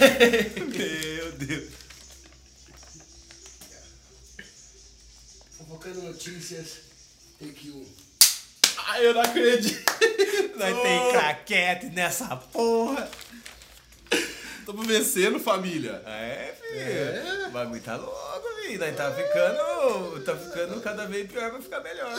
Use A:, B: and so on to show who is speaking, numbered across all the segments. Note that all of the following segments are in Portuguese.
A: Meu Deus.
B: Fofocando notícias, take 1.
A: Ai, eu não acredito.
C: Nós tem craquete nessa porra.
A: Tamo vencendo, família.
C: É, filho. O bagulho tá louco, filho. Nós tá ficando. Tá ficando cada vez pior pra ficar melhor.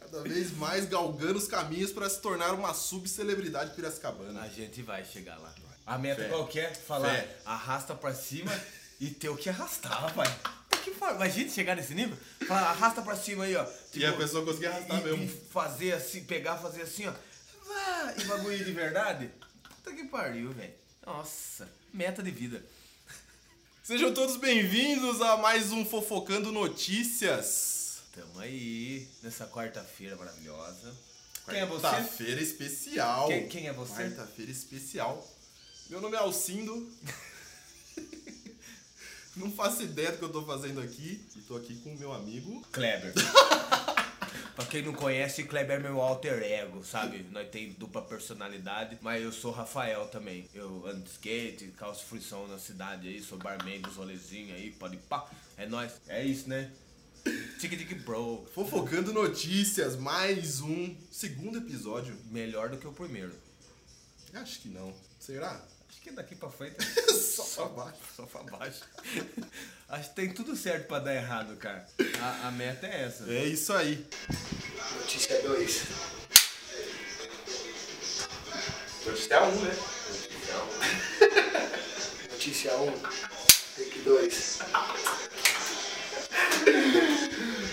A: Cada vez mais galgando os caminhos pra se tornar uma subcelebridade piracicabana.
C: A gente vai chegar lá. A meta
A: Fé.
C: qualquer, falar,
A: Fé.
C: arrasta pra cima e ter o que arrastar, rapaz. Puta Que fa- Imagina chegar nesse nível, falar, arrasta pra cima aí, ó. Tipo,
A: E a pessoa conseguir arrastar
C: e-
A: mesmo.
C: E fazer assim, pegar, fazer assim, ó. Vá, E bagulho de verdade. Puta que pariu, velho. Nossa, meta de vida.
A: Sejam todos bem-vindos a mais um Fofocando Notícias.
C: Tamo aí, nessa quarta-feira maravilhosa. Quem é você?
A: Quarta-feira especial.
C: Quem- quem é você?
A: Quarta-feira especial. Meu nome é Alcindo. Não faço ideia do que eu tô fazendo aqui. E tô aqui com o meu amigo.
C: Kleber. pra quem não conhece, Kleber é meu alter ego, sabe? Nós tem dupla personalidade, mas eu sou Rafael também. Eu ando de skate, calço frição na cidade aí, sou barman dos rolezinhos aí, pode pá. É nóis. É isso, né? Tic tic bro.
A: Fofocando Notícias, mais um segundo episódio.
C: Melhor do que o primeiro.
A: Acho que não. Será?
C: Acho que daqui pra frente
A: Só pra baixo.
C: Só pra baixo. Acho que tem tudo certo pra dar errado, cara. A, a meta é essa.
A: É isso aí.
B: Notícia 2.
A: Notícia 1, né?
B: Notícia 1. Um. Take 2.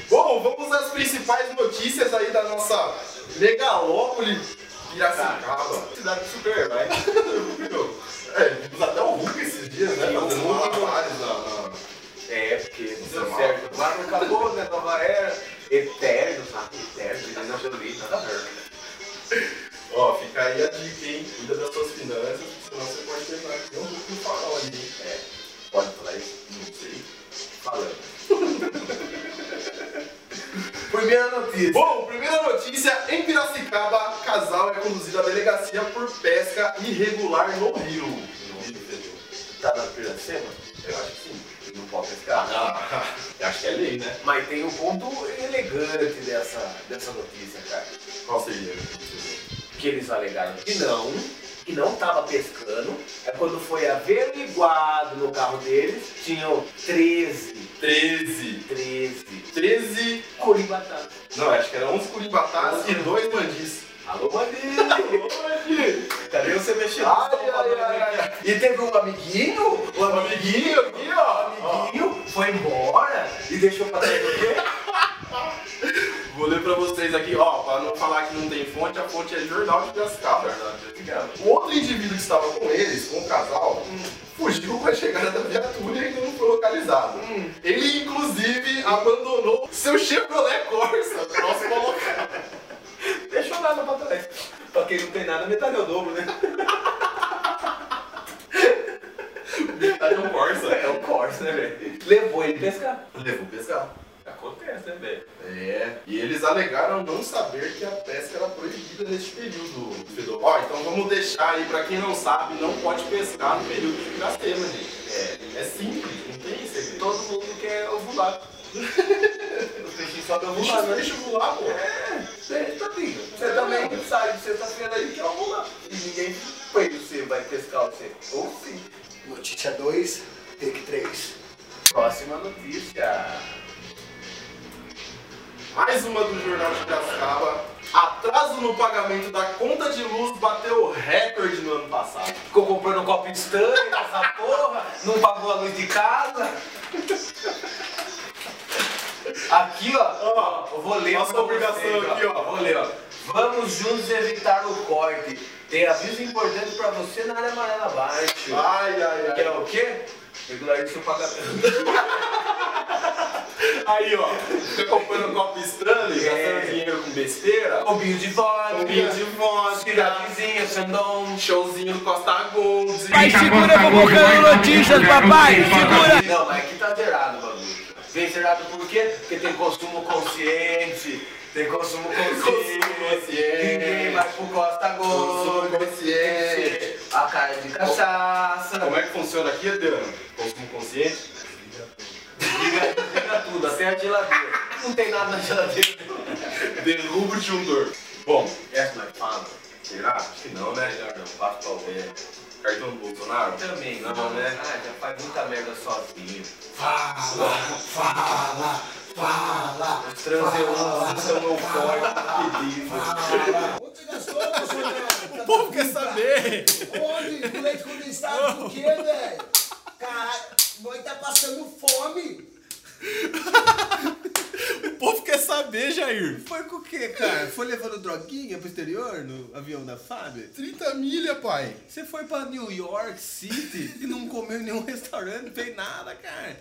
A: Bom, vamos às principais notícias aí da nossa megalópole Piracicaba. Tá. Cidade de super-herói. é, vimos até o Hulk esses dias, né? Fazendo malabares na... na...
D: É, porque
A: Normal.
D: não certo. Lá não acabou, né? Nova era. Eterno, sabe? Eterno, de não Jolie, nada a ver.
A: Ó, fica aí a dica, hein? Cuida das suas finanças, senão você pode terminar aqui um Hulk no farol ali, hein?
D: É, pode falar isso?
A: Não sei.
D: Falando. Primeira notícia.
A: Bom, primeira notícia, em Piracicaba, casal é conduzido à delegacia por pesca irregular no rio.
D: Tá na Piracema? Eu acho que sim. Não pode pescar.
A: Ah, acho que é lei, né?
D: Mas tem um ponto elegante dessa, dessa notícia, cara.
A: Qual seria?
D: Que eles alegaram que não, que não tava pescando. É quando foi averiguado no carro deles, tinham 13.
A: 13.
D: 13.
A: 13.
D: Curibatá.
A: Não, acho que era 11 curibatás e 2 mandis.
D: Alô, bandido!
A: Cadê você mexendo?
D: Ai, ai, ai,
A: né?
D: ai. E teve um amiguinho,
A: O amiguinho aqui,
D: o
A: ó.
D: amiguinho foi embora e deixou pra trás do quê?
A: Vou ler pra vocês aqui, ó. Pra não falar que não tem fonte, a fonte é Jornal de Piracicaba. O outro indivíduo que estava com eles, com o casal, fugiu com a chegada da viatura e ainda não foi localizado. Ele, inclusive, abandonou seu Chevrolet Corsa. Posso colocar?
D: Deixou nada pra trás. Pra quem não tem nada, metade é o dobro, né?
A: Tá de um Corsa.
D: É um corte, né, velho? Levou ele pescar.
A: Levou um pescar.
D: Acontece, né, velho?
A: É, e eles alegaram não saber que a pesca era proibida neste período. Fedor. Ó, então vamos deixar aí, pra quem não sabe, não pode pescar no período de Piracema, gente. É, é simples, não tem segredo.
D: Todo mundo quer ovular. Os peixinhos só dão
A: Deixa
D: ovular,
A: o
D: né?
A: bicho voar, pô.
D: Você tadinho. Você também sai de sexta-feira aí que quer ovular. E ninguém foi você, vai pescar você. Ou sim.
B: Notícia 2. Take 3.
D: Próxima notícia.
A: Mais uma do Jornal de Piracicaba. Atraso no pagamento da conta de luz bateu o recorde no ano passado.
D: Ficou comprando um copo de Stanley nessa porra, não pagou a luz de casa. Aqui, ó, eu vou ler
A: Nossa
D: pra
A: obrigação
D: vocês,
A: aqui, ó.
D: Vou ler, ó. Vamos juntos evitar o corte. Tem aviso importante pra você na área amarela abaixo.
A: Ai, ai,
D: Que é o quê? Regularize o pagamento.
A: Aí, ó. Tá comprando um copo Stanley,
D: É.
A: gastando dinheiro com besteira.
D: Copinho de vodka.
A: Copinho de vodka.
D: Cidadezinha,
C: Um
D: Xandão.
A: Showzinho do Costa Gold.
C: segura, fofocando notícias, papai! Segura!
D: Não, mas aqui tá zerado o bagulho. Vem zerado por quê? Porque tem consumo consciente, Tem consumo
C: Consumo
D: consciente.
C: consciente.
D: Ninguém vai pro Costa
C: Consumo
D: Gold.
C: consciente.
D: A cara de cachaça.
C: Como é que funciona aqui, Adriano? Consumo consciente?
D: Liga, liga tudo, até a geladeira. Não tem nada na geladeira.
C: Derruba o Tildor. um Bom, é
D: Yes, my father.
C: será? Acho que não, né? Já não passo pra ver. Cartão do Bolsonaro?
D: Também,
C: Não, né?
D: Ah, já faz muita merda sozinho.
B: Fala, fala.
D: Os transeuntes
A: é
D: são eufóricos que dizem.
B: Onde você gastou, Bolsonaro?
E: O povo quer saber!
B: Onde? Com leite condensado por quê, velho? Caralho, mãe tá passando fome.
E: O povo quer saber, Jair! Foi com o quê, cara? Foi levando droguinha pro exterior no avião da Fábio?
A: 30 milha, pai.
E: Você foi pra New York City e não comeu em nenhum restaurante, não fez nada, cara.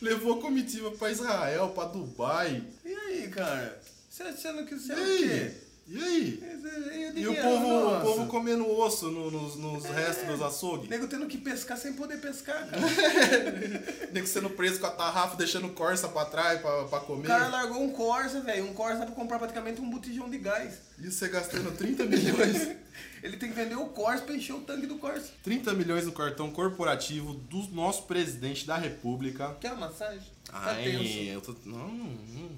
A: Levou comitiva pra Israel, pra Dubai.
E: E aí, cara? Você achando que
A: E
E: você é o quê? é
A: aí? E aí? E o povo, o povo comendo osso no- nos, nos restos dos açougues.
E: Nego tendo que pescar sem poder pescar, cara.
A: Nego sendo preso com a tarrafa, deixando corça pra trás pra, pra
E: O
A: comer.
E: cara largou um Corsa, velho. Um Corsa dá pra comprar praticamente um botijão de gás.
A: E você gastando 30 milhões.
E: Ele tem que vender o Corsa pra encher o tanque do Corsa.
A: 30 milhões no cartão corporativo do nosso presidente da república.
E: Quer uma massagem? Tá
A: Ai,
E: tenso.
A: eu tô... Não, não, não.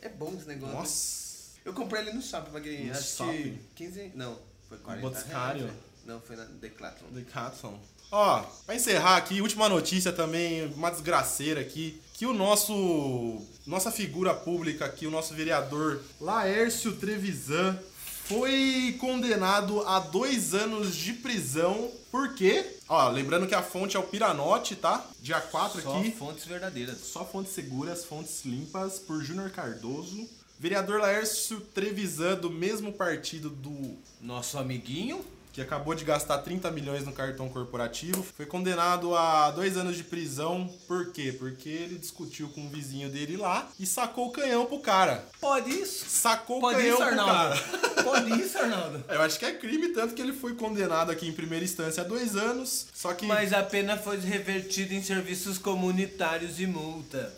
E: É bom esse negócio.
A: Nossa. um
E: Eu comprei ele no shopping, paguei
A: No
E: acho
A: shopping?
E: que 15... Não, foi 40
A: Boticário?
E: reais, né? Não, foi na Decathlon.
A: Decathlon. Ó, pra encerrar aqui, última notícia também, uma desgraceira aqui, que o nosso nossa figura pública aqui, o nosso vereador Laércio Trevisan foi condenado a dois anos de prisão, porque, ó, lembrando que a fonte é o Piranote, tá? Dia 4 aqui.
E: fontes verdadeiras.
A: Só fontes seguras, fontes limpas, por Júnior Cardoso. Vereador Laércio Trevisan, do mesmo partido do
E: Nosso amiguinho.
A: que acabou de gastar 30 milhões no cartão corporativo, foi condenado a dois anos de prisão. Por quê? Porque ele discutiu com um vizinho dele lá e sacou o canhão pro cara.
E: Pode isso.
A: Sacou o
E: Pode
A: canhão
E: isso,
A: pro
E: Arnaldo.
A: cara.
E: Pode isso, Arnaldo.
A: Eu acho que é crime, tanto que ele foi condenado aqui em primeira instância a dois anos, só que...
E: Mas a pena foi revertida em serviços comunitários e multa.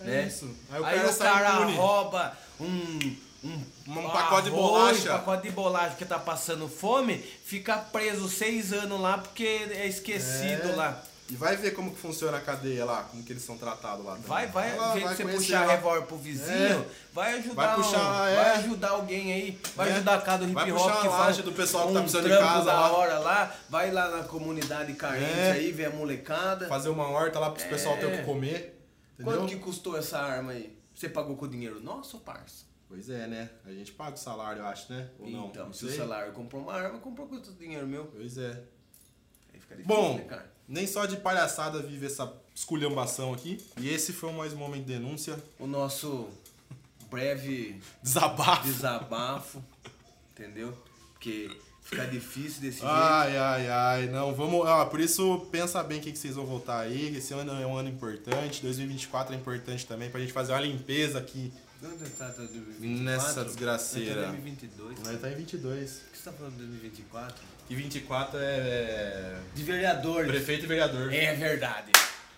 A: É
E: né?
A: isso.
E: Aí
A: Aí
E: o
A: o
E: cara,
A: cara sai impune.
E: rouba um. Um,
A: Um pacote de
E: arroz,
A: bolacha.
E: Um pacote de bolacha que tá passando fome, fica preso seis anos lá porque é esquecido
A: É.
E: lá.
A: E vai ver como que funciona a cadeia lá, como que eles são tratados lá. também.
E: Vai, vai,
A: Ela
E: em vez de você
A: conhecer
E: puxar
A: lá. É.
E: revólver pro vizinho, vai ajudar
A: Vai puxar,
E: um-
A: é.
E: vai ajudar alguém aí, vai
A: É.
E: ajudar a casa do hip hop
A: Vai puxar a
E: que faz
A: laje do pessoal que tá
E: um
A: precisando de
E: trampo
A: casa
E: da
A: lá.
E: hora lá, vai lá na comunidade carente
A: É.
E: aí, vê a molecada.
A: Fazer uma horta lá pro pessoal ter o que comer. Entendeu?
E: É. Quanto que custou essa arma aí? Você pagou com o dinheiro nosso, parça?
A: Pois é, né? A gente paga o salário, eu acho, né? Ou não?
E: então,
A: não
E: se o
A: sei.
E: salário comprou uma arma, comprou com o dinheiro meu.
A: Pois é.
E: Aí fica difícil,
A: Bom,
E: né, cara?
A: nem só de palhaçada vive essa esculhambação aqui. E esse foi mais um Momento de Denúncia.
E: O nosso breve
A: Desabafo.
E: desabafo, entendeu? Porque fica difícil desse jeito.
A: Ai, ai, ai, não, vamos. Ah, por isso, pensa bem o que, que vocês vão votar aí. que Esse ano é um ano importante, 2024 é importante também, pra gente fazer uma limpeza aqui.
E: Onde tá 2024?
A: Nessa desgraceira.
E: Tá 2022.
A: Nós tá em 22.
E: Por que você tá falando de 2024?
A: E 24 é.
E: De vereadores.
A: Prefeito e vereador.
E: É verdade.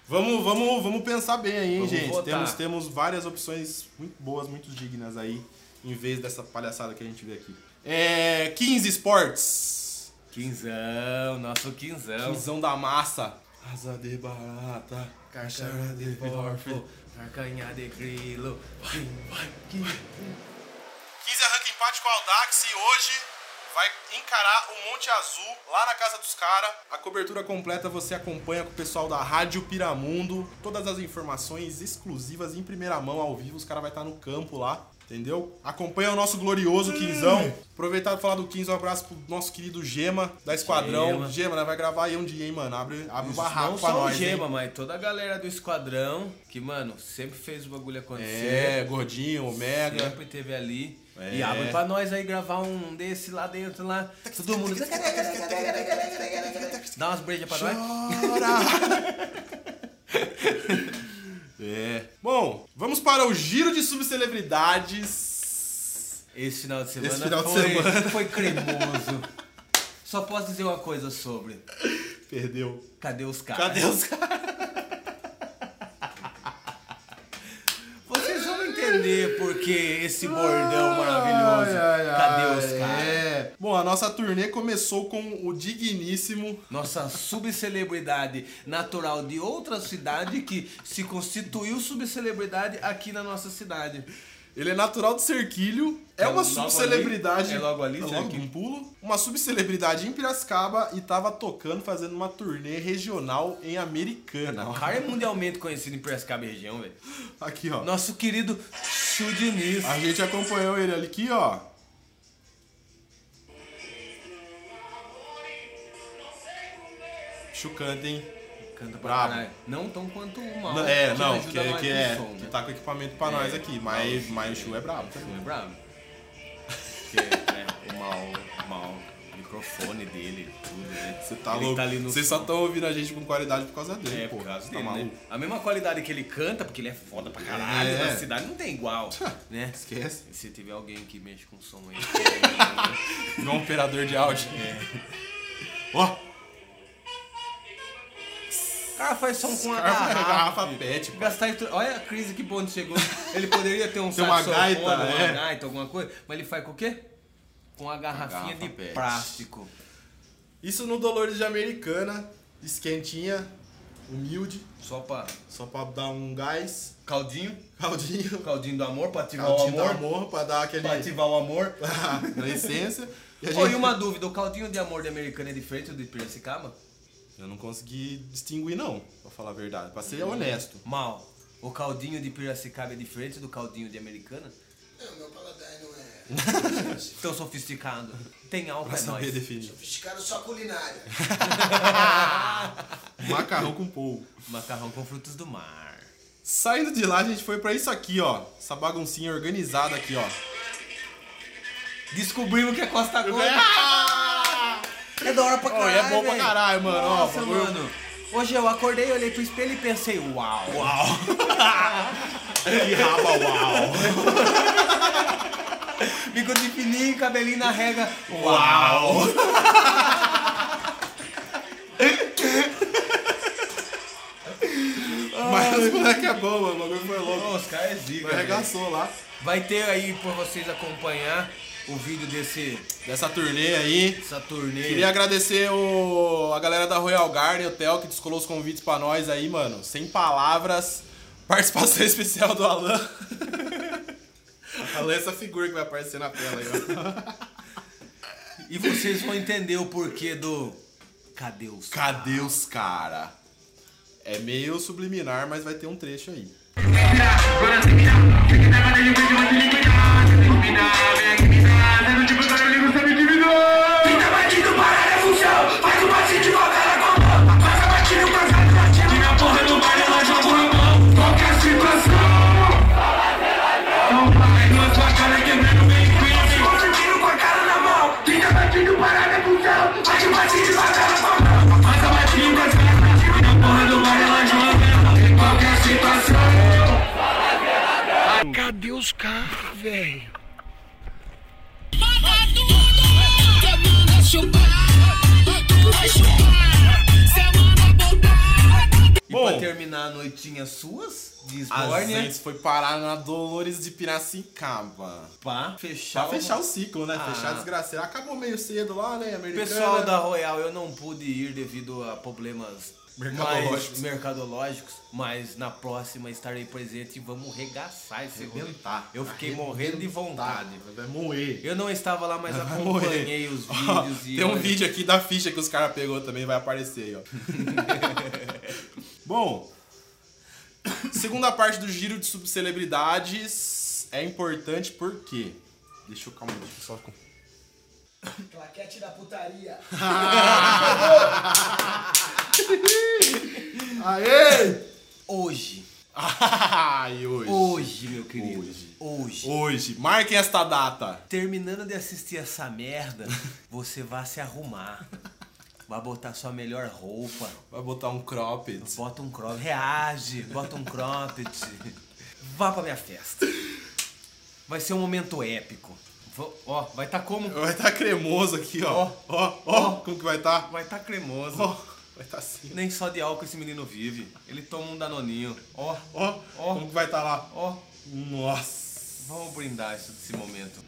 A: Vamos, vamos, vamos pensar bem aí, hein,
E: Vamos
A: gente.
E: votar.
A: Temos, temos várias opções muito boas, muito dignas aí, em vez dessa palhaçada que a gente vê aqui. É. 15 Esportes.
E: Quinzão, nosso quinzão.
A: Visão da massa. Asa de barata.
E: Cachorro de porco, carcanhar de grilo. Vai, vai, que...
A: 15 arranca empate com o Aldax e hoje vai encarar o Monte Azul lá na casa dos caras. A cobertura completa você acompanha com o pessoal da Rádio Piramundo. Todas as informações exclusivas em primeira mão ao vivo, os caras vai estar no campo lá. Entendeu? Acompanha o nosso glorioso Quinzão. Aproveitar pra falar do Quinzão, um abraço pro nosso querido Gema, da Esquadrão.
E: Gema.
A: Gema, né? vai gravar aí um dia, hein, mano? Abre, abre o barraco
E: Não
A: pra
E: só o
A: nós,
E: Gema,
A: hein?
E: mas toda a galera do esquadrão, que, mano, sempre fez o bagulho acontecer.
A: É, gordinho, omega.
E: Sempre teve ali.
A: É.
E: E abre pra nós aí gravar um desse lá dentro, lá. Todo mundo. Dá umas brejas pra nós.
A: É. Bom, vamos para o giro de subcelebridades.
E: Esse final de semana,
A: Esse final de
E: foi,
A: semana.
E: foi cremoso. Só posso dizer uma coisa sobre.
A: Perdeu.
E: Cadê os caras?
A: Cadê os caras?
E: Vocês vão entender turnê, porque esse bordão maravilhoso.
A: Ai, ai,
E: Cadê
A: ai,
E: os caras?
A: é. Bom, a nossa turnê começou com o digníssimo
E: Nossa subcelebridade natural de outra cidade que se constituiu subcelebridade aqui na nossa cidade.
A: Ele é natural de Cerquilho, é,
E: É
A: uma
E: logo
A: subcelebridade.
E: ali? É logo ali,
A: um
E: Cerquilho?
A: pulo. Uma subcelebridade em Piracicaba e tava tocando, fazendo uma turnê regional em Americana.
E: O cara é mundialmente conhecido em Piracicaba e região, velho.
A: Aqui, ó.
E: Nosso querido Chudiniz.
A: A gente acompanhou ele ali aqui, ó. Chucante, hein?
E: Canta pra
A: brabo.
E: caralho. Não tão quanto o mal.
A: Não, é, não,
E: ajuda
A: que,
E: nós
A: que
E: com
A: é,
E: o som,
A: que
E: né? É.
A: tá com equipamento pra nós aqui, mas, mas o Chu é brabo
E: Não
A: também.
E: é brabo? Porque, né, o mal, o mal, o microfone dele, tudo, né?
A: Você tá
E: Ele
A: louco.
E: tá ali no
A: Vocês só estão ouvindo a gente com qualidade por causa dele,
E: É,
A: pô.
E: por causa
A: Tá
E: dele, né?
A: maluco.
E: A mesma qualidade que ele canta, porque ele é foda pra caralho,
A: É.
E: na cidade não tem igual, né?
A: Esquece.
E: Se tiver alguém que mexe com som aí...
A: Igual um operador de áudio. Ó,
E: o cara faz som com Ah, uma
A: garrafa,
E: garrafa.
A: garrafa
E: filho.
A: pet, pô.
E: Gastar estru- Olha a crise que ponto chegou. Ele poderia ter um
A: Tem uma
E: saxofone,
A: gaita,
E: uma
A: é.
E: gaita, alguma coisa, mas ele faz com o quê? Com uma garrafinha
A: garrafa
E: de
A: pet.
E: plástico.
A: Isso no Dolores de Americana, esquentinha, humilde,
E: Só pra...
A: só pra dar um gás,
E: Caldinho.
A: caldinho,
E: Caldinho do amor, pra ativar
A: caldinho
E: o
A: do
E: amor.
A: amor, pra dar aquele...
E: Pra ativar o amor.
A: pra essência. E a
E: Ô,
A: gente-
E: e uma dúvida, o caldinho de amor de americana é diferente do de Piracicaba?
A: Eu não consegui distinguir não, pra falar a verdade, pra ser é honesto.
E: Mal, o caldinho de Piracicaba é diferente do caldinho de Americana?
B: Não, meu paladar não é.
E: Tão sofisticado. Tem álcool,
A: Pra
E: é
A: saber
E: nóis.
A: definir.
B: Sofisticaram só a culinária.
A: Macarrão com polvo.
E: Macarrão com frutos do mar.
A: Saindo de lá, a gente foi pra isso aqui, ó. Essa baguncinha organizada aqui, ó.
E: Descobrimos que é Costa Gold.
A: Ah!
E: É da hora pra
A: Ó,
E: caralho,
A: e é bom pra
E: velho.
A: caralho, mano. ó,
E: Nossa,
A: bagulho-
E: mano. Hoje eu acordei, olhei pro espelho e pensei, uau.
A: Uau! que raba uau!
E: Bico de fininho, cabelinho na rega.
A: Uau! Mas os moleque é bom, mano. O bagulho foi louco.
E: Ô, Os caras é
A: Mas
E: zica, velho.
A: Arregaçou lá.
E: Vai ter aí pra vocês acompanhar o vídeo desse,
A: Dessa turnê aí.
E: dessa turnê.
A: Queria agradecer o, a galera da Royal Garden Hotel que descolou os convites pra nós aí, mano. Sem palavras. Participação especial do Alan. Alan é essa figura que vai aparecer na tela aí, ó.
E: E vocês vão entender o porquê do... Cadê os
A: Cadê os cara? É meio subliminar, mas vai ter um trecho aí.
F: Paga tudo, cê manda chupar, tu vai chupar, cê manda botar.
E: E
A: Bom.
E: pra terminar a noitinha suas de
A: A
E: esbórnia,
A: gente foi parar na Dolores de Piracicaba.
E: pra
A: Pra
E: fechar,
A: fechar
E: o...
A: o ciclo, né?
E: Ah.
A: Fechar a desgraceira. Acabou meio cedo lá, né? Americana.
E: Pessoal da Royal, eu não pude ir devido a problemas
A: Mercadológicos.
E: mais mercadológicos, mas na próxima estarei presente e vamos regaçar esse evento.
A: Arrebentar.
E: Eu fiquei
A: Arrebentar.
E: morrendo de vontade.
A: Vai Tá, é moer.
E: Eu não estava lá, mas
A: Vai morrer.
E: acompanhei os
A: Ó,
E: vídeos e
A: Tem um
E: olha,
A: vídeo aqui da ficha que os caras pegou também, vai aparecer aí, ó. Bom, segunda parte do giro de subcelebridades é importante porque. Deixa eu calma, deixa eu só.
B: Claquete da putaria.
A: Aê!
E: Hoje,
A: Ai, hoje.
E: hoje, meu querido,
A: Hoje.
E: hoje.
A: Hoje. Marquem esta data.
E: Terminando de assistir essa merda, você vai se arrumar. Vai botar sua melhor roupa.
A: Vai botar um cropped.
E: Bota um cropped. Reage, bota um cropped. Vá pra minha festa. Vai ser um momento épico. Vou- Ó, vai tá como?
A: Vai estar tá cremoso aqui, ó. Ó, ó, como que vai estar? Tá?
E: Vai tá cremoso.
A: Ó, vai estar tá assim.
E: Nem só de álcool esse menino vive. Ele toma um danoninho. Ó,
A: Ó,
E: Ó.
A: como que vai estar tá lá?
E: ó.
A: Nossa.
E: Vamos brindar esse, esse momento.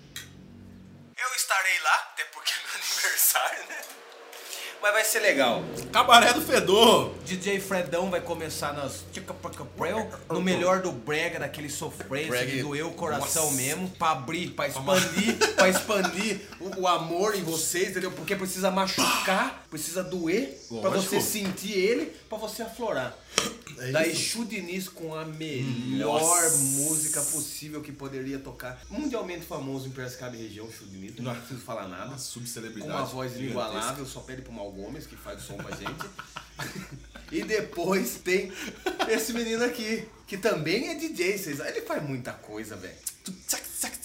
G: Eu estarei lá, até porque é meu aniversário, né? Mas vai ser legal.
A: Cabaré do Fedor.
E: DJ Fredão vai começar nas
A: É,
E: Tchacapacaprel, no melhor do brega, daquele sofrência
A: Brega
E: que
A: e-
E: doeu o coração mesmo, pra abrir, pra expandir, pra expandir o, o amor em vocês, entendeu? Porque precisa machucar, precisa doer, pra
A: Lógico. É
E: você sentir ele, pra você aflorar. Daí chute nisso com a melhor música possível que poderia tocar. Mundialmente famoso em Piracicaba e região, chute nisso, não preciso falar nada. Com
A: Subcelebridade.
E: uma voz inigualável, só pede pro Mal Gomes, que faz o som pra gente. e depois tem esse menino aqui, que também é DJ, vocês. Ele faz muita coisa, velho.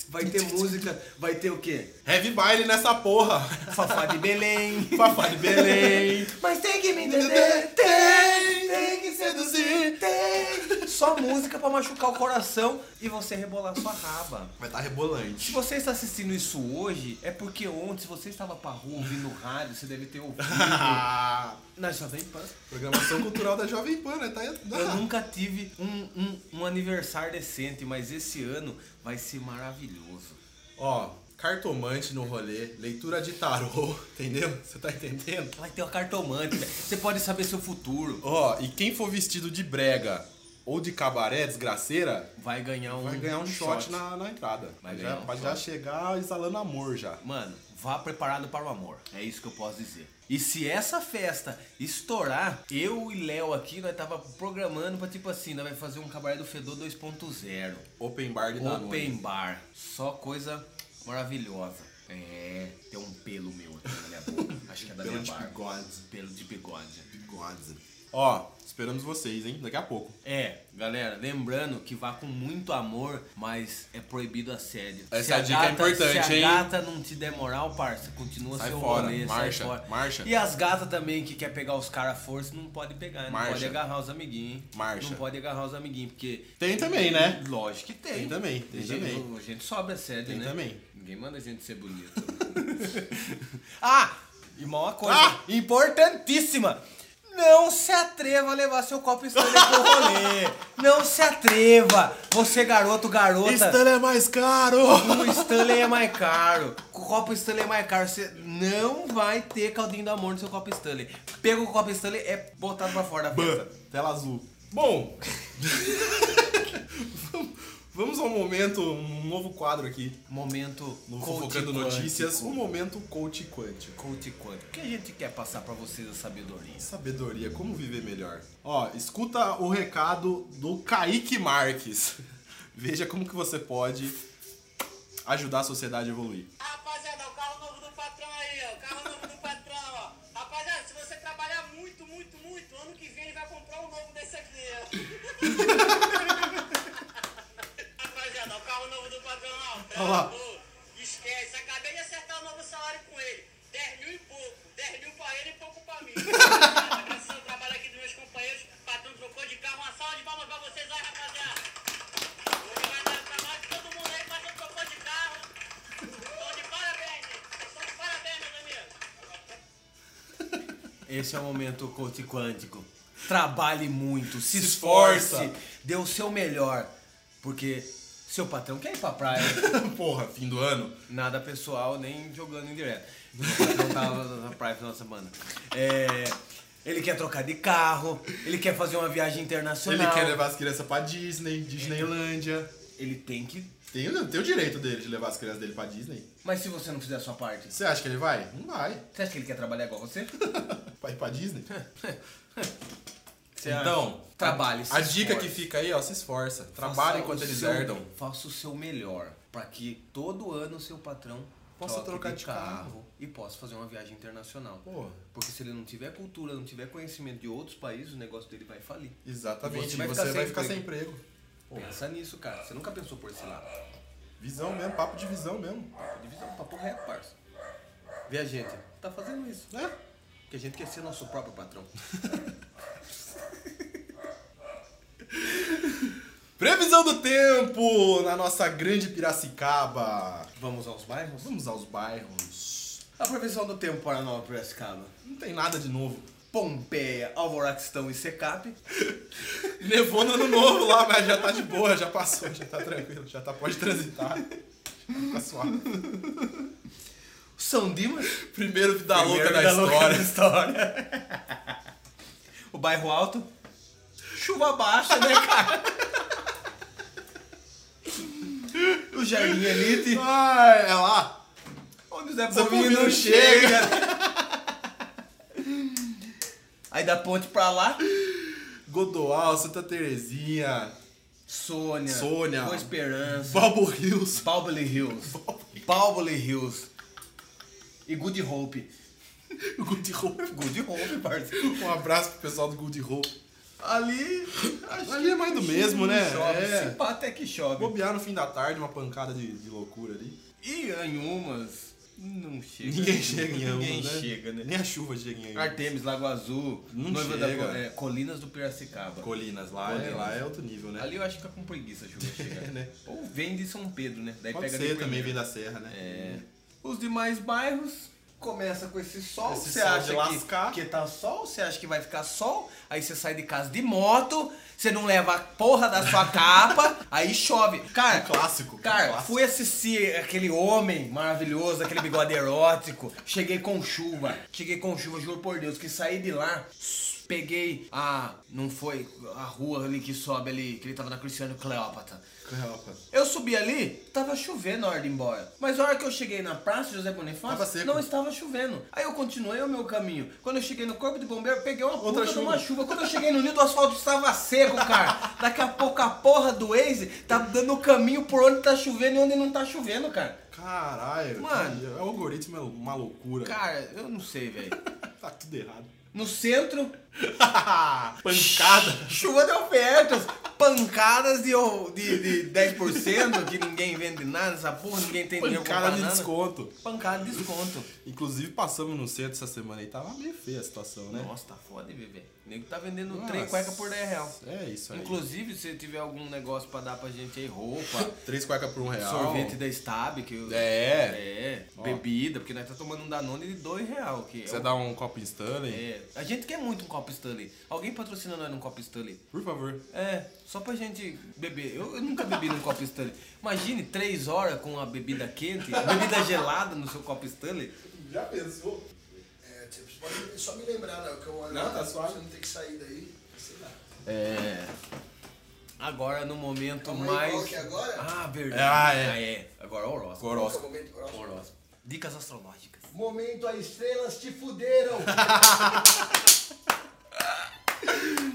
E: Vai ter música, vai ter o quê?
A: Heavy baile nessa porra.
E: Fafá de Belém.
A: Papai de Belém.
E: Mas tem que me entender, tem, tem que seduzir, tem. Só música pra machucar o coração e você rebolar sua raba.
A: Vai tá rebolante.
E: Se você está assistindo isso hoje, é porque ontem, se você estava pra rua ouvindo rádio, você deve ter ouvido. Na Jovem Pan.
A: Programação cultural da Jovem Pan, né? Tá aí.
E: Eu nunca tive um, um, um aniversário decente, mas esse ano vai ser maravilhoso.
A: Ó, cartomante no rolê, leitura de tarô, entendeu? Você tá entendendo?
E: Vai ter uma cartomante, velho. Você pode saber seu futuro.
A: Ó, e quem for vestido de brega ou de cabaré, desgraceira,
E: Vai ganhar um.
A: vai ganhar um shot na, na entrada.
E: Vai
A: já,
E: ganhar um
A: pode já chegar exalando amor já.
E: Mano, vá preparado para o amor. É isso que eu posso dizer. E se essa festa estourar, eu e Léo aqui, nós tava programando pra tipo assim, nós vai fazer um cabaré do Fedor 2.0.
A: Open bar de
E: Open
A: Danone.
E: bar. Só coisa maravilhosa. É, tem um pelo meu aqui na minha boca. Acho que é da
A: Pelo
E: minha
A: de
E: barba.
A: bigode.
E: Pelo de bigode.
A: Ó, esperamos vocês, hein? Daqui a pouco.
E: É, galera, lembrando que vá com muito amor, mas é proibido assédio.
A: Essa
E: Se a
A: dica é
E: gata-
A: importante,
E: se
A: hein?
E: a gata não te der moral, parça, continua
A: Sai
E: seu
A: fora,
E: rolê,
A: marcha,
E: sai fora.
A: marcha.
E: E as gatas também que quer pegar os caras à força, não pode pegar, não
A: Marcha.
E: pode agarrar os amiguinhos, hein?
A: Marcha.
E: Não pode agarrar os amiguinhos, porque...
A: Tem também, né?
E: Lógico que tem.
A: Tem também, tem
E: gente,
A: também.
E: A gente sobe assédio,
A: Tem
E: né?
A: também.
E: Ninguém manda a gente ser bonito. ah, e uma coisa
A: Ah!
E: importantíssima. Não se atreva a levar seu copo Stanley pro rolê. Não se atreva. Você garoto, garota.
A: é mais caro!
E: O Stanley é mais caro. O copo Stanley é mais caro. Você não vai ter caldinho do amor no seu copo Stanley. Pega o copo Stanley, é botado pra fora da festa.
A: Tela azul. Bom, vamos- vamos ao momento, um novo quadro aqui.
E: Momento
A: No
E: coach
A: Fofocando
E: quântico.
A: Notícias, um momento coach quântico.
E: Coach quântico. O que a gente quer passar pra vocês a sabedoria?
A: Sabedoria, como viver melhor. Ó, escuta o recado do Kaique Marques. Veja como que você pode ajudar a sociedade a evoluir.
H: Rapaziada, o carro novo do patrão aí, ó. O carro novo do patrão, ó. Rapaziada, se você trabalhar muito, muito, muito, ano que vem ele vai comprar um novo desse aqui, ó. Rapaziada, o carro novo do patrão, ó.
A: Olha lá.
H: Pô, Esquece, acabei de acertar o novo salário com ele. 10 mil e pouco. 10 mil pra ele e pouco pra mim. Agradecer o trabalho aqui dos meus companheiros. O patrão trocou de carro. Uma salva de palmas pra vocês aí, rapaziada. Hoje vai dar trabalho de todo mundo aí. O patrão trocou de carro. Tô de parabéns, gente. Tô de parabéns, meus amigos.
E: Esse é o momento coach quântico. Trabalhe muito,
A: Se
E: se, esforce,
A: esforça.
E: dê o seu melhor, porque seu patrão quer ir pra praia.
A: Porra, fim do ano.
E: Nada pessoal, nem jogando indireto. Meu patrão tava na praia no final de semana. É, ele quer trocar de carro, ele quer fazer uma viagem internacional.
A: Ele quer levar as crianças pra Disney, Disneylândia.
E: Ele tem que.
A: Tem, o- tem o direito dele de levar as crianças dele pra Disney.
E: Mas se você não fizer a sua parte,
A: Você acha que ele vai? Não vai.
E: você acha que ele quer trabalhar igual você?
A: Vai ir pra Disney?
E: Você acha?
A: Tá
E: trabalhe. se
A: Então, A dica
E: esforce.
A: que fica aí, ó, se esforça. Trabalha
E: Faça
A: enquanto
E: o
A: eles
E: seu-
A: herdam.
E: Faça o seu melhor para que todo ano o seu patrão
A: Possa
E: troque
A: trocar de carro.
E: e possa fazer uma viagem internacional.
A: Porra.
E: Porque se ele não tiver cultura, não tiver conhecimento de outros países, o negócio dele vai falir.
A: Exatamente.
E: Você
A: Você vai,
E: vai ficar sem
A: ficar sem
E: emprego.
A: emprego.
E: Pensa nisso, cara. Você nunca pensou por esse lado.
A: Visão mesmo, papo de visão mesmo.
E: Divisão, é um papo reto, parça. Vê a gente. Tá fazendo isso.
A: É.
E: Porque a gente quer ser nosso próprio patrão.
A: Previsão do tempo na nossa grande Piracicaba.
E: Vamos aos bairros?
A: Vamos aos bairros.
E: A previsão do tempo para Nova Piracicaba.
A: Não tem nada de novo.
E: Pompeia, Alvoraquistão e Secap.
A: Nevou no ano novo lá, mas já tá de boa, já passou, já tá tranquilo, já tá pode transitar. Já Tá suave.
E: São Dimas.
A: Primeiro vida Tá louca
E: Primeiro
A: da
E: da louca
A: história.
E: da história. o bairro alto. Chuva baixa, né, cara? o Jardim Elite.
A: Ah, é lá.
E: Onde o Zé
A: Zé
E: Povinho
A: Povinho
E: não
A: não
E: chega. Aí da ponte pra lá,
A: Godoal, Santa Terezinha,
E: Sônia.
A: Sônia.
E: Boa Esperança.
A: Balbo Rios.
E: Balbily Hills. Balbily Hills. E Good Hope.
A: Good Hope.
E: Good Hope, parceiro.
A: Um abraço pro pessoal do Good Hope.
E: Ali.
A: Ali é mais do mesmo, né?
E: Chove.
A: É.
E: Se pá, até que chove.
A: Bobear no fim da tarde, uma pancada de, de loucura ali.
E: E em umas. Não chega.
A: Ninguém chega em ambas,
E: Ninguém
A: né?
E: chega, né?
A: Nem a chuva chega em ambas.
E: Artemis, Lago Azul,
A: Não
E: Noiva
A: chega.
E: da Co- é, Colinas do Piracicaba.
A: Colinas lá,
E: Colinas.
A: É, lá é outro nível, né?
E: Ali eu acho que fica com preguiça a chuva chegar.
A: né?
E: Ou vem de São Pedro, né? Daí
A: Pode
E: pega
A: ser
E: de
A: também,
E: primeira.
A: vem da serra, né?
E: É. Os demais bairros começa com esse sol.
A: Esse
E: você
A: sol de
E: acha
A: lascar.
E: que, que tá sol, você acha que vai ficar sol, aí você sai de casa de moto, você não leva a porra da sua capa, aí chove. Cara,
A: Um clássico, um
E: Cara,
A: clássico.
E: fui assistir aquele homem maravilhoso, aquele bigode erótico. Cheguei com chuva. Cheguei com chuva, juro por Deus, que saí de lá. Peguei a. Não foi a rua ali que sobe ali, que ele tava na Cristiano Cleópatra.
A: Cleópatra.
E: Eu subi ali, tava chovendo na hora de ir embora. Mas a hora que eu cheguei na praça José
A: Tava
E: Bonifácio,
A: seco.
E: não estava chovendo. Aí eu continuei o meu caminho. Quando eu cheguei no corpo de bombeiro, peguei uma
A: Outra
E: puta de uma
A: chuva.
E: chuva. Quando eu cheguei no ninho do asfalto, estava seco, cara. Daqui a pouco a porra do Waze tá dando o caminho por onde tá chovendo e onde não tá chovendo, cara.
A: Caralho.
E: Mano.
A: que- O algoritmo é uma loucura.
E: Cara, eu não sei, velho.
A: Tá tudo errado.
E: No centro,
A: Pancada.
E: chuva de ofertas. Pancadas de, de, de 10%, que ninguém vende nada, essa porra, ninguém tem dinheiro pra
A: Pancada
E: comprar
A: de
E: nada.
A: desconto.
E: Pancada de desconto.
A: Inclusive, passamos no centro essa semana e tava meio feia a situação, né?
E: Nossa, tá foda, bebê. O nego tá vendendo
A: Nossa.
E: três cuecas por 10 real.
A: É isso aí.
E: Inclusive, se tiver algum negócio pra dar pra gente aí, roupa,
A: Três cuecas por um real.
E: sorvete da Stab, que eu-
A: É.
E: É, bebida, porque nós tá tomando um Danone de dois real. Que é
A: Você
E: o-
A: dá um copo Stanley?
E: é. A gente quer muito um copo Stanley. Alguém patrocina nós num copo Stanley?
A: Por favor.
E: É, só pra gente beber. Eu, eu nunca bebi num copo Stanley. Imagine três horas com a bebida quente, bebida gelada no seu copo Stanley.
C: Já pensou?
B: É, tipo, você pode só me lembrar, né? Que eu olho.
A: Não, tá suave.
B: Você não tem que sair daí. Sei lá.
E: É. Agora no momento
B: Calma aí,
E: mais.
B: qual que é agora?
E: Ah, verdade.
A: Ah, é.
E: Agora o horóscopo.
B: Qual que é o
A: Horóscopo.
B: momento próximo?
E: Dicas astrológicas.
B: Momento, as estrelas te fuderam.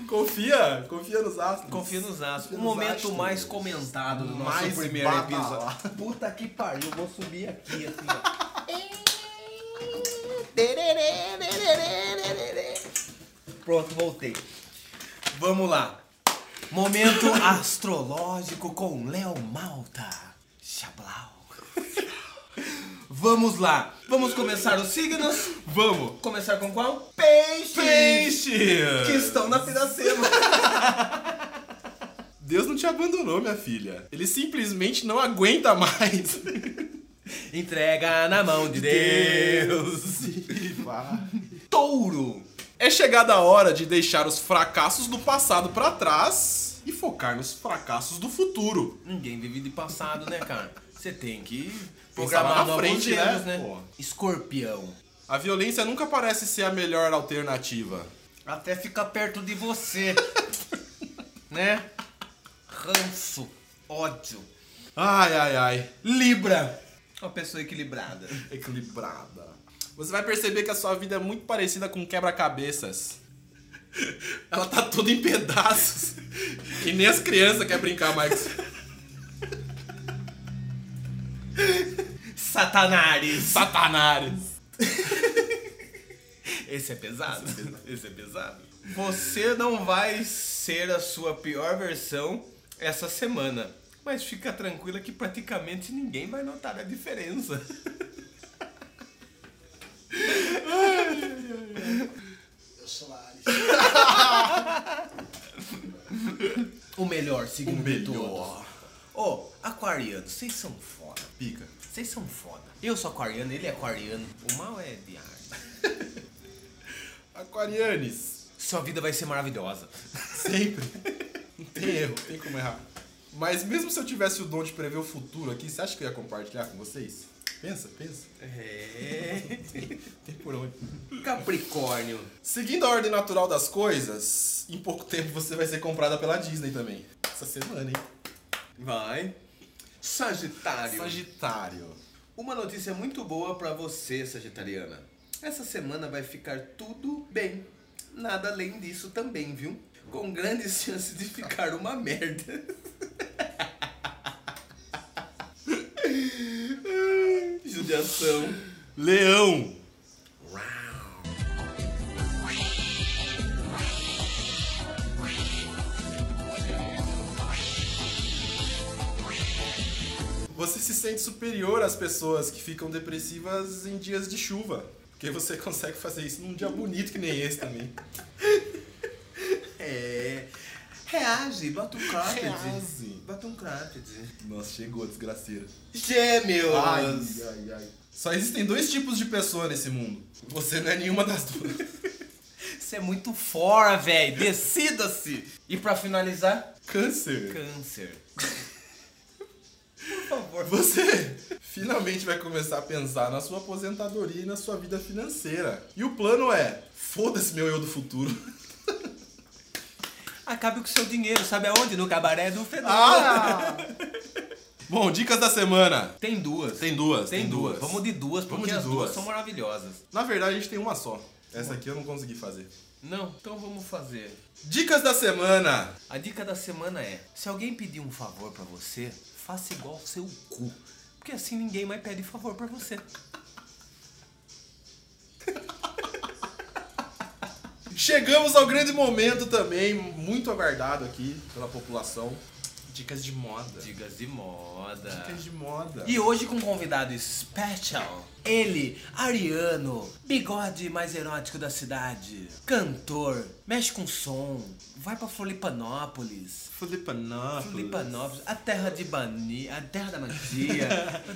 A: Confia, confia nos astros.
E: Confia nos astros. O
A: nos
E: momento
A: astros.
E: mais comentado do nosso
A: Mais
E: primeiro
A: badalado.
E: episódio. Puta que pariu, vou subir aqui assim, ó. Pronto, voltei. Vamos lá. Momento astrológico com Léo Malta. Chablau. Vamos lá. Vamos começar os signos.
A: Vamos.
E: Começar com qual? Peixe.
A: Peixe!
E: Que estão na financeira.
A: Deus não te abandonou, minha filha. Ele simplesmente não aguenta mais.
E: Entrega na mão de Deus.
A: E vá.
E: Touro.
A: É chegada a hora de deixar os fracassos do passado pra trás e focar nos fracassos do futuro.
E: Ninguém vive de passado, né, cara? Você tem que
A: lá na
E: programar novos
A: frente, né?
E: erros, né?
A: Pô.
E: Escorpião.
A: A violência nunca parece ser a melhor alternativa.
E: Até fica perto de você. né? Ranço. Ódio.
A: Ai, ai, ai.
E: Libra. Uma pessoa equilibrada.
A: Equilibrada. Você vai perceber que a sua vida é muito parecida com um quebra-cabeças. Ela tá toda em pedaços. Que nem as crianças querem brincar mais.
E: Satanares.
A: Satanares.
E: Esse é pesado. Esse é pesado. Você não vai ser a sua pior versão essa semana. Mas fica tranquila que praticamente ninguém vai notar a diferença.
B: Eu sou Ares.
E: O melhor signo
A: O
E: de
A: melhor.
E: todos. Ô, aquariano, vocês são foda.
A: Pica.
E: Vocês são foda. Eu sou aquariano, ele é aquariano. O mal é de ar.
A: Marianes.
E: Sua vida vai ser maravilhosa.
A: Sempre. Não tem erro, não tem como errar. Mas mesmo se eu tivesse o dom de prever o futuro aqui, você acha que eu ia compartilhar com vocês? Pensa, pensa.
E: É.
A: Tem por onde.
G: Capricórnio.
A: Seguindo a ordem natural das coisas, em pouco tempo você vai ser comprada pela Disney também. Essa semana, hein?
G: Vai. Sagitário.
A: Sagitário.
G: Uma notícia muito boa pra você, Sagitariana. Essa semana vai ficar tudo bem. Nada além disso também, viu? Com grandes chances de ficar uma merda. Ai, Judiação.
A: Leão. Você se sente superior às pessoas que ficam depressivas em dias de chuva. Porque você consegue fazer isso num dia bonito que nem esse também.
G: É. Reage, bota um crápide.
A: Reage.
G: Bota um crápide.
A: Nossa, chegou a desgraceira.
G: Gêmeos.
A: Ai, ai, ai. Só existem dois tipos de pessoa nesse mundo. Você não é nenhuma das duas.
E: Isso é muito fora, velho. Decida-se. E pra finalizar,
A: Câncer.
E: câncer.
A: Você finalmente vai começar a pensar na sua aposentadoria e na sua vida financeira. E o plano é: foda-se meu eu do futuro.
E: Acabe com o seu dinheiro, sabe aonde? No cabaré do Fernando.
A: Ah! Bom, dicas da semana.
E: Tem duas.
A: Tem duas, tem duas.
E: Vamos de duas, porque
A: Vamos de
E: as duas.
A: duas.
E: são maravilhosas.
A: Na verdade, a gente tem uma só. Essa aqui eu não consegui fazer.
E: Não, então vamos fazer.
A: Dicas da semana.
E: A dica da semana é: se alguém pedir um favor pra você, faça igual ao seu cu. Porque assim ninguém mais pede favor pra você.
A: Chegamos ao grande momento também, muito aguardado aqui pela população. Dicas de moda.
E: Dicas de moda.
A: Dicas de moda.
E: E hoje com um convidado especial, ele, ariano, bigode mais erótico da cidade, cantor, mexe com som, vai pra Floripanópolis,
A: Flipanópolis.
E: Filipanópolis, a terra de Bani, a terra da magia,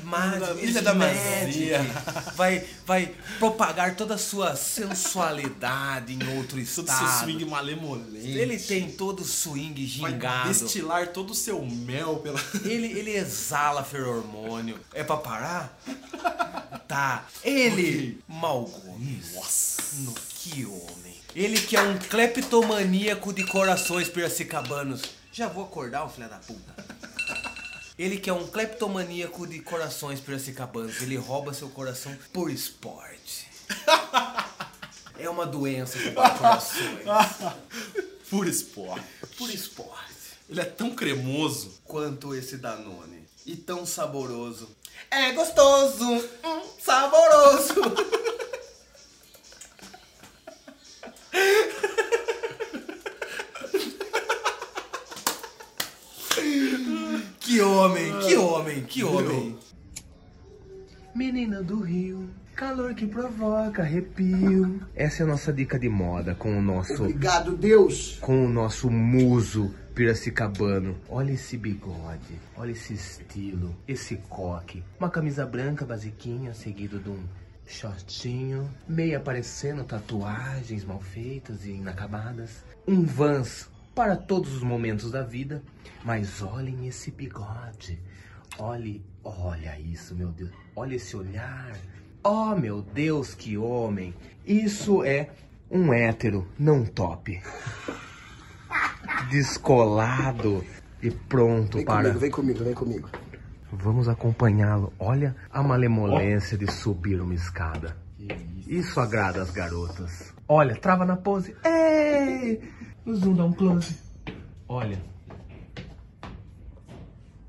E: mágica,
A: Da-
E: ilha
A: Ilha
E: da
A: é da
E: magia,
A: Magia.
E: vai, vai propagar toda a sua sensualidade em outro
A: Todo seu
E: estado.
A: swing malemolente.
E: Ele tem todo o swing
A: vai
E: gingado.
A: destilar todo o seu mel pela.
E: Ele, ele exala feromônio. É pra parar? Tá. Ele, Mal Gomes. Nossa. No, que homem. Ele que é um cleptomaníaco de corações piracicabanos. Já vou acordar, o filho da puta. Ele que é um cleptomaníaco de corações piracicabanos. Ele rouba seu coração por esporte. É uma doença roubar corações.
A: Puro esporte.
G: Por esporte.
A: Ele é tão cremoso.
G: quanto esse Danone. E tão saboroso. É gostoso, hum, saboroso.
E: Que homem, que homem, que homem.
G: Menina do Rio, calor que provoca arrepio. Essa é a nossa dica de moda com o nosso
B: Obrigado, Deus.
G: com o nosso muso Piracicabano. Olha esse bigode, olha esse estilo, esse coque. Uma camisa branca basiquinha, seguido de um shortinho, meia aparecendo, tatuagens mal feitas e inacabadas. Um Vans para todos os momentos da vida. Mas olhem esse bigode. Olhe, olha isso, meu Deus. Olha esse olhar. Oh meu Deus, que homem! Isso é um hétero não top. Descolado e pronto
B: Vem
G: para.
B: comigo, vem comigo, vem comigo.
G: Vamos acompanhá-lo. Olha a malemolência de subir uma escada. Isso agrada as garotas. Olha, trava na pose. Ei! O zoom dá um close. Olha.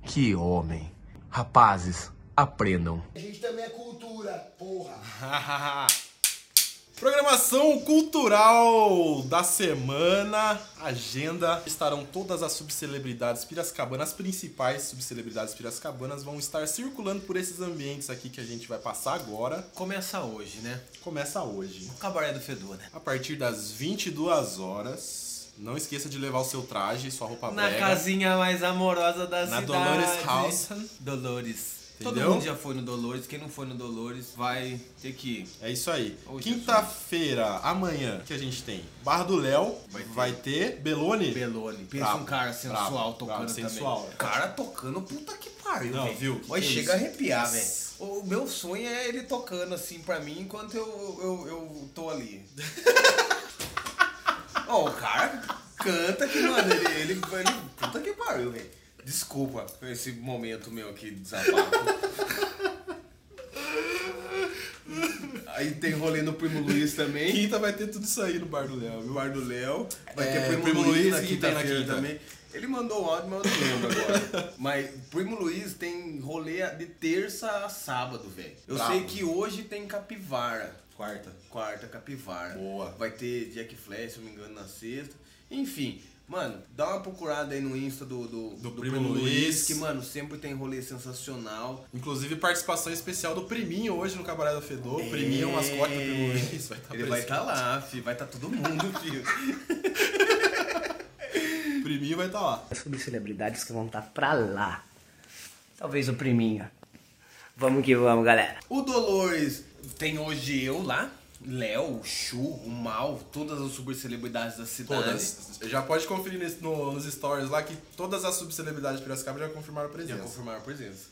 G: Que homem. Rapazes, aprendam.
B: A gente também é cultura, porra.
A: Ah. Programação cultural da semana. Agenda. Estarão todas as subcelebridades piracicabana, as principais subcelebridades piracicabanas vão estar circulando por esses ambientes aqui que a gente vai passar agora.
E: Começa hoje, né?
A: Começa hoje.
E: O cabaré do Fedor, né?
A: A partir das 22 horas. Não esqueça de levar o seu traje, sua roupa
E: Na
A: brega.
E: casinha mais amorosa da
A: Na
E: cidade.
A: Dolores House.
E: Dolores. Todo
A: Entendeu?
E: mundo já foi no Dolores, quem não foi no Dolores vai ter que ir.
A: É isso aí.
E: Hoje,
A: Quinta-feira, amanhã, que a gente tem? Bar do Léo, vai ter, Belone.
E: Belone, pensa
A: Brabo,
E: um cara sensual
A: brabo,
E: tocando
A: brabo,
E: também.
A: sensual.
E: Cara tocando, puta que pariu,
A: Não,
E: velho.
A: viu?
E: Mas
A: Que
E: chega a
A: isso.
E: arrepiar, velho. O meu sonho é ele tocando assim pra mim enquanto eu, eu, eu tô ali. Ó, o cara canta que, mano, ele, ele, ele- Puta que pariu, velho. Desculpa esse momento meu aqui de desabafo. Aí tem rolê no Primo Luiz também.
A: Quinta vai ter tudo isso aí no Bar do Léo, viu?
E: Bar do Léo. Vai
A: É,
E: ter Primo,
A: Primo
E: Luiz,
A: Luiz
E: na
A: que tem na
E: quinta-feira
A: quinta.
E: também. Ele mandou um áudio, mas eu não lembro agora. mas Primo Luiz tem rolê de terça a sábado, velho. Eu
A: Bravo.
E: sei que hoje tem capivara.
A: Quarta.
E: Quarta, capivara.
A: Boa.
E: Vai ter Jack Flash, se eu não me engano, na sexta. Enfim, mano, dá uma procurada aí no Insta do, do,
A: Do Primo Luiz.
E: Que, mano, sempre tem rolê sensacional.
A: Inclusive, participação especial do Priminho hoje no Cabaré da Fedor. Priminho é um mascote do Primo Luiz. Vai tá estar
E: Ele vai estar lá, fi. Vai estar todo mundo, filho.
A: Priminho vai estar lá.
I: sobre celebridades que vão estar pra lá. Talvez o priminho. Vamos que vamos, galera.
E: O Dolores tem hoje eu lá, Léo, o Chu, o Mal, todas as subcelebridades da cidade.
A: Todas. Já pode conferir nesse- no- nos stories lá que todas as subcelebridades de Piracicaba já confirmaram a
E: Já
A: presença.
E: confirmaram a presença.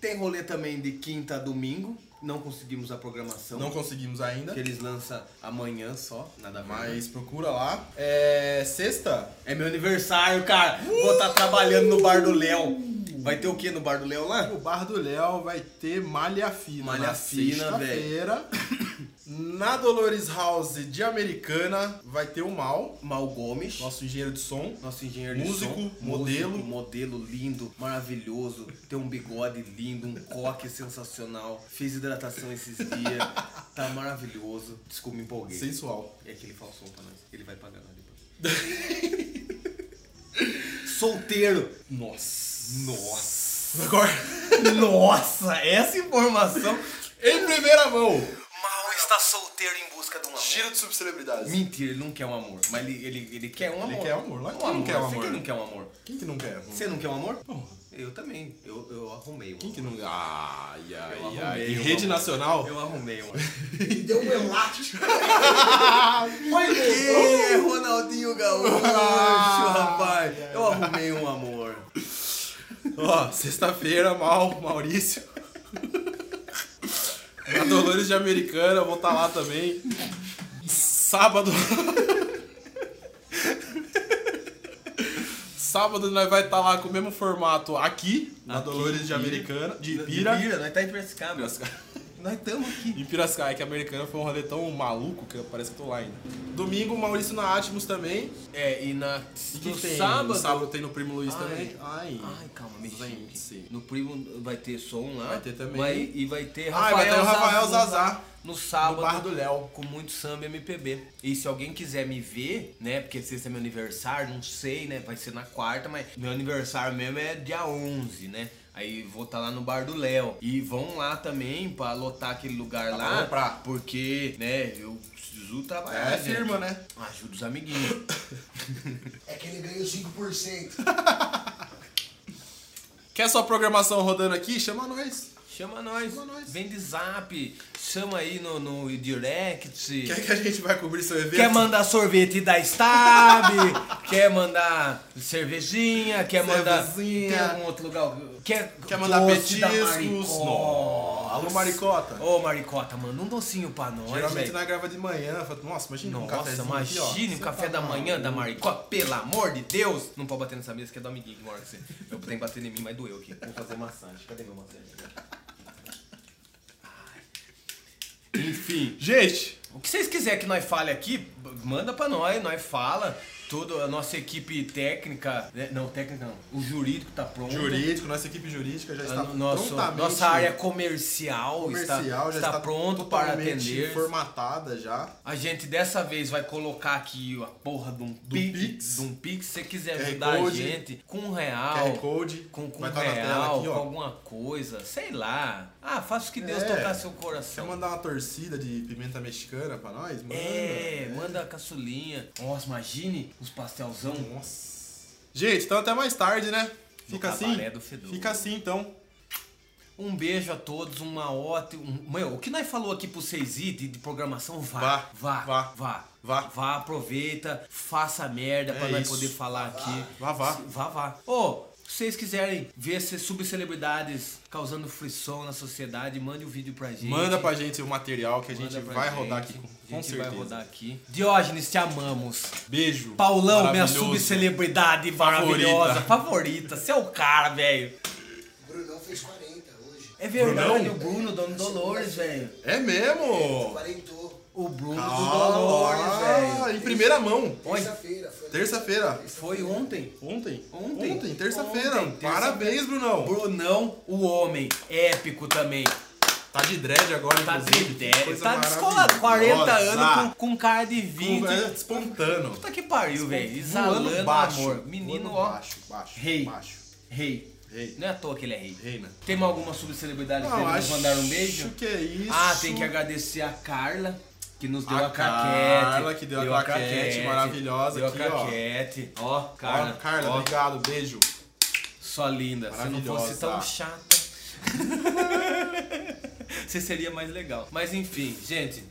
E: Tem rolê também de quinta a domingo. Não conseguimos a programação.
A: Não conseguimos ainda,
E: que eles lançam amanhã só, nada mais.
A: mas procura lá. É. Sexta?
E: É meu aniversário, cara. Vou estar trabalhando no bar do Léo. Vai ter o que no bar do Léo lá?
A: O Bar do Léo vai ter Malha Fina.
E: Malha
A: na
E: Fina,
A: sexta-feira. Na Dolores House de Americana vai ter o Mal,
E: Mal Gomes.
A: nosso engenheiro de som.
E: Nosso engenheiro de
A: Músico,
E: som.
A: modelo.
E: Músico, modelo lindo, maravilhoso. Tem um bigode lindo, um coque sensacional. Fez hidratação esses dias. tá maravilhoso. Desculpa, me empolguei.
A: Sensual.
E: É que ele fala som pra nós. Ele vai pagar nós depois. Solteiro. Nossa. Nossa.
A: Agora,
E: Nossa, essa informação.
A: em primeira mão,
E: Mal está solteiro em busca de um amor.
A: giro de subcelebridades.
E: Mentira, ele não quer um amor. Mas ele, ele, ele quer um amor.
A: quer amor, lá
E: Um
A: quem não quer um
E: Você
A: amor?
E: que não quer um amor?
A: Quem que não quer?
E: Você não quer um amor? Eu também. Eu, eu arrumei um
A: Quem que não. Ai, ai,
E: Eu
A: ai.
E: arrumei
A: Em
E: uma
A: Rede
E: boa.
A: Nacional?
E: amor. Eu arrumei um.
B: Me deu um elástico.
E: Ei, é Ronaldinho Gaúcho,
A: Ah,
E: rapaz. Eu
A: é.
E: arrumei um amor.
A: Ó, sexta-feira, Mal, Maurício. Na Dolores de Americana, eu vou estar lá também. Sábado. Sábado nós vai estar lá com o mesmo formato aqui, na
E: Aqui,
A: Dolores de
E: Pira.
A: Americana, de
E: De
A: Pira.
E: Pira, nós tá em Piracicaba. Nós estamos aqui.
A: Em Piracicaba, é que a Americana foi um rolê tão maluco que parece que eu tô lá ainda. Domingo, Maurício na Atmos também.
E: É, e na...
A: E
E: no
A: tem?
E: sábado...
A: Sábado tem no Primo Luiz
E: Ai,
A: também. Ai,
E: Ai, calma, me
A: Gente.
E: chique. No Primo vai ter som lá.
A: Vai ter também.
E: Vai- e vai ter
A: Ah, vai ter o Rafael Zazá.
E: No sábado.
A: No Bar do Léo.
E: Com muito samba e MPB. E se alguém quiser me ver, né? Porque sexta é meu aniversário, não sei, né? Vai ser na quarta, mas meu aniversário mesmo é dia 11, né? Aí vou estar lá no Bar do Léo. E vão lá também pra lotar aquele lugar lá.
A: pra comprar.
E: Porque, né, eu preciso trabalhar.
A: É
E: gente.
A: firma, né?
E: Ajuda os amiguinhos.
B: É que ele ganhou 5%.
A: Quer sua programação rodando aqui? Chama nós.
E: Chama nós.
A: Chama nós.
E: Vem de zap. Chama aí no, no direct.
A: Quer
E: Quer,
A: que a gente vai cobrir seu evento?
E: mandar sorvete da Stab? quer mandar cervejinha? Quer mandar.
A: Cervezinha.
E: Tem algum outro lugar? Quer,
A: Quer mandar
E: doce da
A: petiscos?
E: Maricota?
A: Não. Alô, Maricota.
E: Ô, Maricota, manda um docinho pra nós.
A: Geralmente
E: velho.
A: nós grava de manhã. eu falo, Nossa, imagina um
E: Nossa, um
A: cafezinho aqui, tá ó.
E: imagine o café da manhã da Maricota, pelo amor de Deus! Não pode bater nessa mesa que é do amiguinho que mora com você. Eu tenho que bater em mim, mas doeu aqui. Vou fazer massagem. Cadê meu massagem? Enfim.
A: Gente,
E: O que vocês quiserem que nós fale aqui, b- manda pra nós, nós fala. Toda a nossa equipe técnica, né? não, técnica não, o jurídico tá pronto.
A: jurídico, nossa equipe jurídica já
E: A
A: está
E: no- nosso,
A: prontamente...
E: Ah, nossa área é comercial,
A: comercial
E: está,
A: já
E: está,
A: está
E: pronto para
A: totalmente
E: atender.
A: formatada já.
E: A gente dessa vez vai colocar aqui a porra de um Pix.
A: Pix.
E: De um Pix, se você quiser
A: QR
E: ajudar
A: Code.
E: a gente com um real.
A: QR Code.
E: Com, com
A: Vai
E: um
A: tá na
E: real,
A: tela aqui, ó.
E: com alguma coisa, sei lá. Ah, faça o que Deus
A: É.
E: tocar seu
A: Quer
E: coração.
A: mandar uma torcida de pimenta mexicana pra nós? Manda.
E: É, manda a caçulinha. Nossa, imagine os pastelzão.
A: Nossa. Gente, então até mais tarde, né? Fica assim.
E: cabaré do Fedor.
A: Fica assim, então.
E: Um beijo a todos, uma ótima. Um... Meu, o que nós falou aqui pra vocês ir de, de programação, vá.
A: Vá,
E: Vá,
A: vá,
E: vá.
A: vá. É
E: Vá, aproveita, faça merda pra nós
A: isso.
E: poder falar aqui.
A: Vá, vá.
E: Se- Vá, vá. Ô, se vocês quiserem ver essas subcelebridades causando frição na sociedade, mande o vídeo pra gente.
A: Manda pra gente o material que a gente
E: Manda pra
A: vai rodar aqui com,
E: A
A: com
E: gente vai
A: certeza.
E: rodar aqui. Diógenes, te amamos.
A: Beijo.
E: Paulão, minha
A: maravilhoso.
E: subcelebridade maravilhosa, favorita. Você é o cara, velho.
B: O Brunão fez 40 hoje.
E: É verdade, o Bruno, dono do Dolores, velho.
A: É mesmo?
B: 40
E: O Bruno do Dolores, velho.
A: Ah, em primeira mão.
B: terça-feira. Foi
A: Terça-feira.
E: Foi ontem.
A: Ontem?
E: Ontem.
A: Ontem, terça-feira.
E: Ontem, terça-feira.
A: Parabéns, Brunão.
E: Brunão, o homem. Épico também.
A: Tá de dread agora,
E: Tá de
A: inclusive. Que
E: ideia.
A: coisa
E: Tá descolado.
A: maravilhosa.
E: 40 anos com, com cara de 20.
A: É, despontando.
E: Puta que pariu, velho.
A: Voando
E: Exalando
A: é baixo.
E: amor. Menino,
A: Voando
E: ó.
A: Baixo, baixo,
E: Rei.
A: baixo.
E: Rei.
A: Rei.
E: Não é à toa que ele é rei.
A: Reina.
E: Tem mais alguma subcelebridade que eles nos mandaram um beijo?
A: que é isso.
E: Ah, tem que agradecer a Carla, que nos deu
A: A
E: a, caquete.
A: Carla, que deu a caquete maravilhosa
E: Deu
A: aqui,
E: a
A: ó.
E: caquete. Ó,
A: Ó,
E: Carla.
A: Carla,
E: ó,
A: obrigado, beijo.
E: só linda. Se não fosse
A: Maravilhosa.
E: tão chata, você seria mais legal. Mas enfim, gente.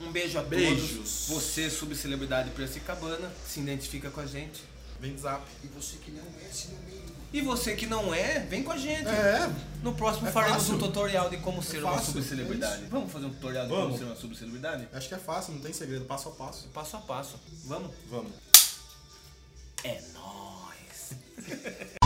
E: Um beijo a
A: Beijos.
E: todos. Você, subcelebridade Piracicabana, se identifica com a gente.
A: Vem zap.
B: E você que não é, se não meio.
E: E você que não é, vem com a gente.
A: É,
E: No próximo
A: É
E: faremos
A: fácil.
E: um tutorial de como ser uma
A: fácil, é
E: subcelebridade.
A: isso.
E: Vamos fazer um tutorial de como
A: Vamos.
E: ser uma subcelebridade?
A: acho que é fácil, não tem segredo, passo a passo.
E: Passo a passo. Vamos?
A: Vamos.
E: É nóis.